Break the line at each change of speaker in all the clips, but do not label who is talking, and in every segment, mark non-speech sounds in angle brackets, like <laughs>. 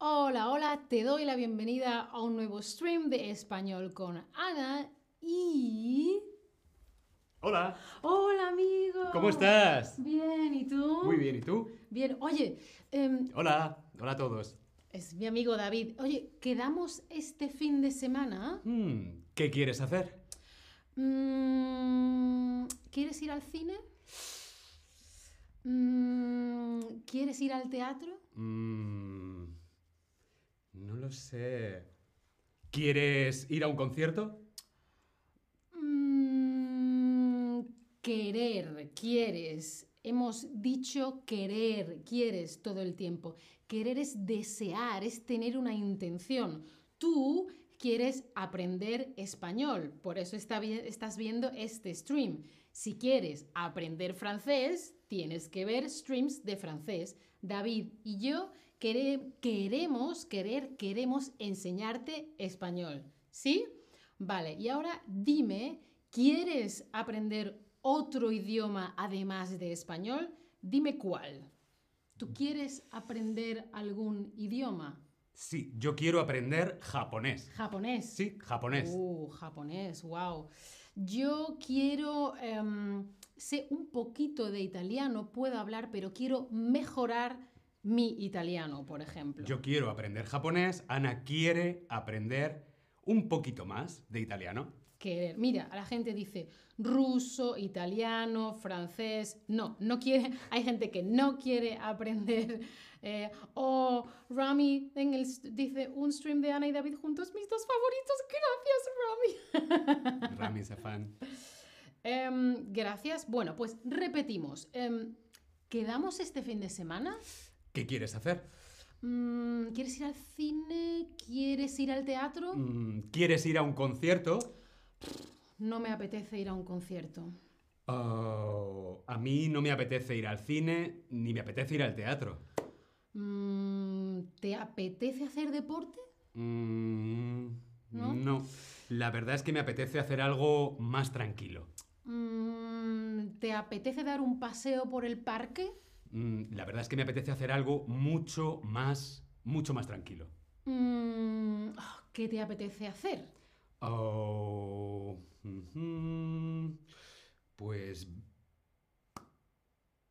Hola, hola, te doy la bienvenida a un nuevo stream de español con Ana y...
Hola,
Hola amigo.
¿cómo estás?
Bien, ¿y tú?
Muy bien, ¿y tú?
Bien, oye, em,
Hola, hola a todos.
es mi amigo David. Oye, ¿quedamos este fin de semana?
Hmm, ¿Qué quieres hacer?
Mm, ¿Quieres ir al cine? Mm, ¿Quieres ir al teatro?
Mm, no lo sé. ¿Quieres ir a un concierto?
Mm, querer, quieres. Hemos dicho querer, quieres todo el tiempo. Querer es desear, es tener una intención. Tú quieres aprender español, por eso está vi- estás viendo este stream. Si quieres aprender francés, tienes que ver streams de francés. David y yo quere- queremos, querer, queremos enseñarte español. ¿Sí? Vale, y ahora dime, ¿quieres aprender otro idioma además de español? Dime cuál.
Mm.
¿Tú quieres aprender algún idioma?
Sí, yo quiero aprender japonés.
Japonés.
Sí, japonés.
Uh, japonés, wow. Yo quiero, em, sé un poquito de italiano, puedo hablar, pero quiero mejorar mi italiano, por ejemplo.
Yo quiero aprender japonés. Ana quiere aprender un poquito más de italiano.
querer. Mira, la gente dice ruso, italiano, francés. No, no quiere. <laughs> Hay gente que no quiere aprender. <laughs> eh, o Rami en el st- dice un stream de Ana y David juntos, mis dos favoritos. Gracias, Rami.
Rami es fan.
Em, gracias. Bueno, pues repetimos. Em, ¿Quedamos este fin de semana?
¿Qué quieres hacer?
Mm, ¿Quieres ir al cine? ¿Quieres ir al teatro?
Mm, ¿Quieres ir a un concierto?
No me apetece ir a un concierto.
Oh, a mí no me apetece ir al cine ni me apetece ir al teatro.
Mm, ¿Te apetece hacer deporte?
Mm,
¿No?
¿No? la verdad es que me apetece hacer algo más tranquilo.
Mm, ¿Te apetece dar un paseo por el parque?
Mm, la verdad es que me apetece hacer algo mucho más, mucho más tranquilo.
Mm, ah, ¿Qué te apetece hacer?
Oh, ujú, pues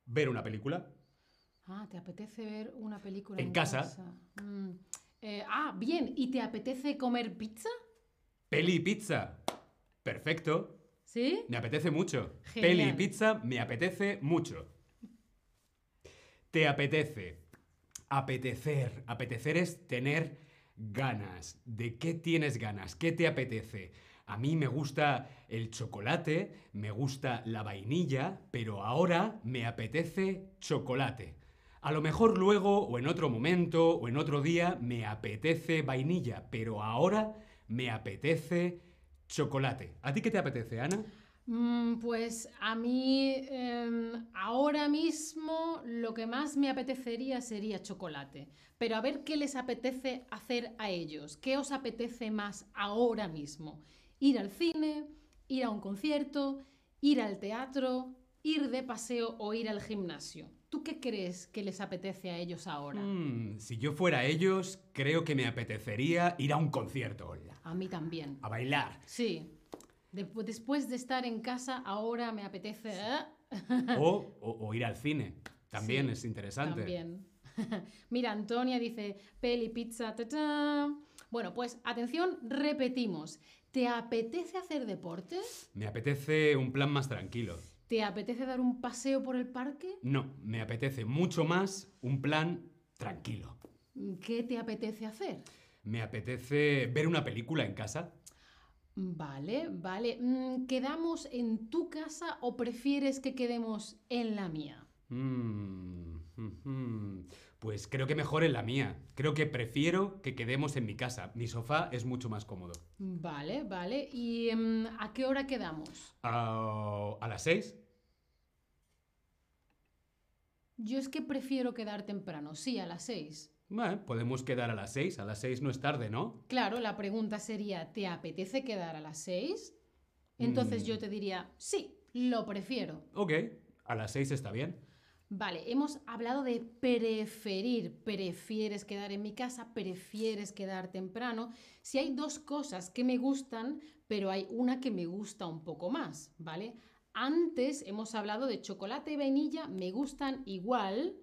ver una película.
Ah, ¿te apetece ver una película en,
En casa.
Mm, eh, ah, bien. ¿Y te apetece comer pizza?
Peli y pizza. Perfecto.
¿Sí?
Me apetece mucho.
Genial.
Peli y pizza me apetece mucho. Te apetece. Apetecer. Apetecer es tener ganas. ¿De qué tienes ganas? ¿Qué te apetece? A mí me gusta el chocolate, me gusta la vainilla, pero ahora me apetece chocolate. A lo mejor luego o en otro momento o en otro día me apetece vainilla, pero ahora me apetece chocolate. ¿A ti qué te apetece, Ana?
Mm, pues a mí em, ahora mismo lo que más me apetecería sería chocolate. Pero a ver qué les apetece hacer a ellos. ¿Qué os apetece más ahora mismo? ¿Ir al cine? ¿Ir a un concierto? ¿Ir al teatro? ¿Ir de paseo o ir al gimnasio? ¿Tú qué crees que les apetece a ellos ahora?
Mm, si yo fuera ellos, creo que me apetecería ir a un concierto, hola,
A mí también.
a bailar,
<laughs> Sí. Dep- después de estar en casa, ahora me apetece... ¿eh?
o, o- o ir al cine. También
Sí,
es interesante.
También. <laughs> Mira, Antonia dice, peli, pizza, ta Bueno, pues atención, repetimos. ¿Te apetece hacer deporte?
Me apetece un plan más tranquilo.
¿Te apetece dar un paseo por el parque?
No, me apetece mucho más un plan tranquilo.
¿Qué te apetece hacer?
Me apetece ver una película en casa.
Vale, vale. Mm, ¿Quedamos en tu casa o prefieres que quedemos en la mía?
Mm, ujú. Pues creo que mejor en la mía. Creo que prefiero que quedemos en mi casa. Mi sofá es mucho más cómodo.
Vale, vale. ¿Y em, a qué hora quedamos?
Ah, ¿A las seis?
Yo es que prefiero quedar temprano, sí, a las seis.
Bueno, podemos quedar a las 6. A las 6 no es tarde, ¿no?
Claro, la pregunta sería, ¿te apetece quedar a las 6? Entonces
Mm.
yo te diría, sí, lo prefiero.
Ok, a las 6 está bien.
Vale, hemos hablado de preferir. Prefieres quedar en mi casa, prefieres quedar temprano. Si hay dos cosas que me gustan, pero hay una que me gusta un poco más, ¿vale? Antes hemos hablado de chocolate y vainilla, me gustan igual.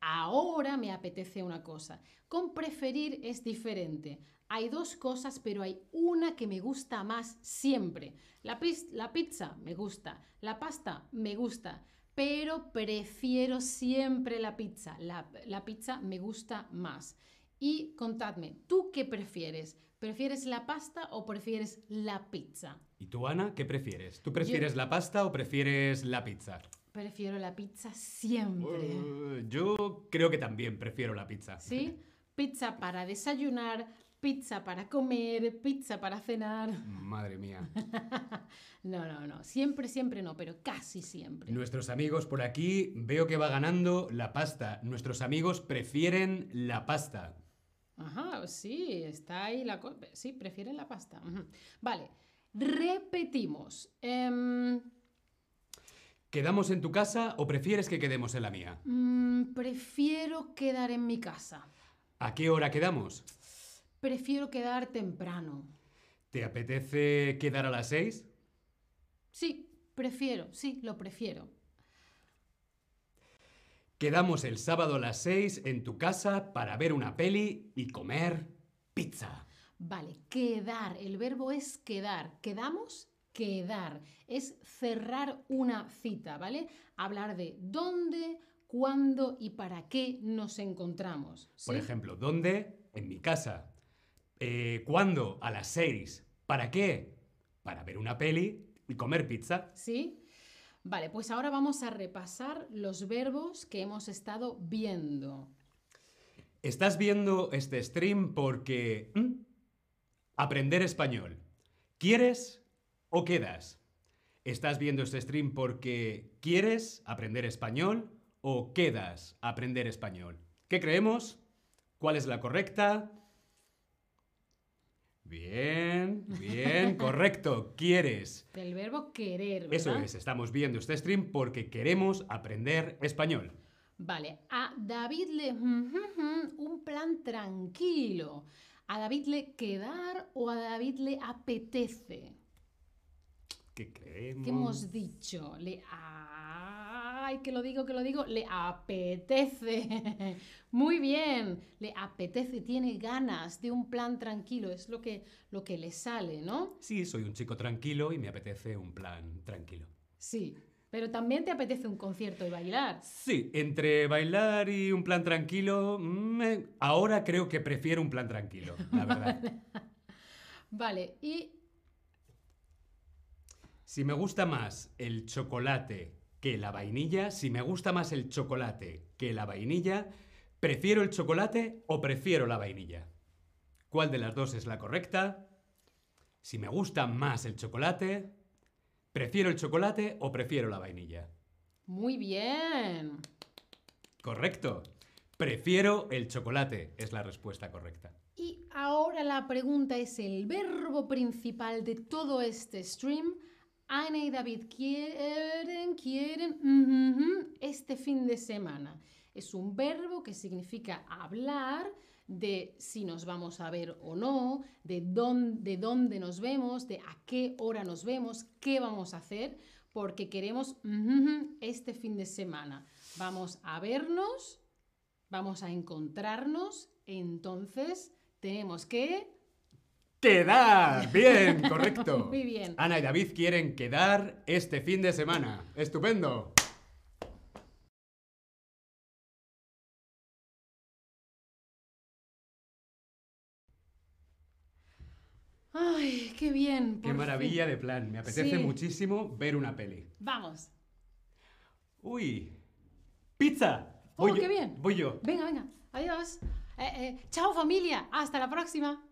Ahora me apetece una cosa. Con preferir es diferente. Hay dos cosas, pero hay una que me gusta más siempre. La, pis- la pizza me gusta, la pasta me gusta, pero prefiero siempre la pizza. La, la pizza me gusta más. Y contadme, ¿tú qué prefieres? ¿Prefieres la pasta o prefieres la pizza?
¿Y tú, Ana, qué prefieres? ¿Tú prefieres la pasta o prefieres la pizza?
Prefiero la pizza siempre.
Eh, yo creo que también prefiero la pizza.
¿Sí? Pizza para desayunar, pizza para comer, pizza para cenar.
Madre mía.
No, no, no. Siempre, siempre no, pero casi siempre.
Nuestros amigos por aquí veo que va ganando la pasta. Nuestros amigos prefieren la pasta.
Ajá, sí, está ahí la cosa. Sí, prefieren la pasta. Ujú. Vale, repetimos. Em,
¿Quedamos en tu casa o prefieres que quedemos en la mía?
mm, prefiero quedar en mi casa.
¿A qué hora quedamos?
Prefiero quedar temprano.
¿Te apetece quedar a las seis?
Sí, prefiero, sí, lo prefiero.
Quedamos el sábado a las seis en tu casa para ver una peli y comer pizza.
Vale, quedar. El verbo es quedar. Quedamos, quedar. Es cerrar una cita, ¿vale? Hablar de dónde, cuándo y para qué nos encontramos.
Por
¿sí?
ejemplo, ¿dónde? En mi casa. Eh, ¿Cuándo? A las seis. ¿Para qué? Para ver una peli y comer pizza.
¿Sí? Vale, pues ahora vamos a repasar los verbos que hemos estado viendo.
Estás viendo este stream porque... ¿Mm? Aprender español. ¿Quieres o quedas? Estás viendo este stream porque quieres aprender español o quedas a aprender español. ¿Qué creemos? ¿Cuál es la correcta? Bien,
<laughs>
bien, correcto. Quieres.
Del verbo querer, ¿verdad?
Eso es, estamos viendo este stream porque queremos aprender español.
Vale, a David le un plan tranquilo. ¿A David le quedar o a David le apetece?
¿Qué creemos?
¿Qué hemos dicho? Le ay, que lo digo, que lo digo, le apetece. <laughs> Muy bien, le apetece, tiene ganas de un plan tranquilo, es lo que lo que le sale, ¿no?
Sí, soy un chico tranquilo y me apetece un plan tranquilo.
Sí. Pero también te apetece un concierto y bailar.
Sí, entre bailar y un plan tranquilo, mm, eh, ahora creo que prefiero un plan tranquilo, la verdad.
Vale, y
si me gusta más el chocolate que la vainilla, si me gusta más el chocolate que la vainilla, ¿prefiero el chocolate o prefiero la vainilla? ¿Cuál de las dos es la correcta? Si me gusta más el chocolate, ¿prefiero el chocolate o prefiero la vainilla?
muy bien.
Correcto. Prefiero el chocolate, es la respuesta correcta.
Y ahora la pregunta es el verbo principal de todo este stream. Ana y David quieren, quieren ujú, ujú, este fin de semana. Es un verbo que significa hablar de si nos vamos a ver o no, de dónde, de dónde nos vemos, de a qué hora nos vemos, qué vamos a hacer, porque queremos ujú, ujú, este fin de semana. Vamos a vernos vamos a encontrarnos, entonces tenemos que...
Quedar. <laughs> Bien, correcto.
Muy bien.
Ana y David quieren quedar este fin de semana. Estupendo.
¡Ay, qué bien! por
Qué
fin!
maravilla de plan. Me apetece
Sí.
muchísimo ver una peli.
Vamos.
Uy. Pizza.
Oh,
Voy yo-
qué bien.
Voy yo.
Venga, venga. Adiós. Eh, eh, chao familia. Hasta la próxima.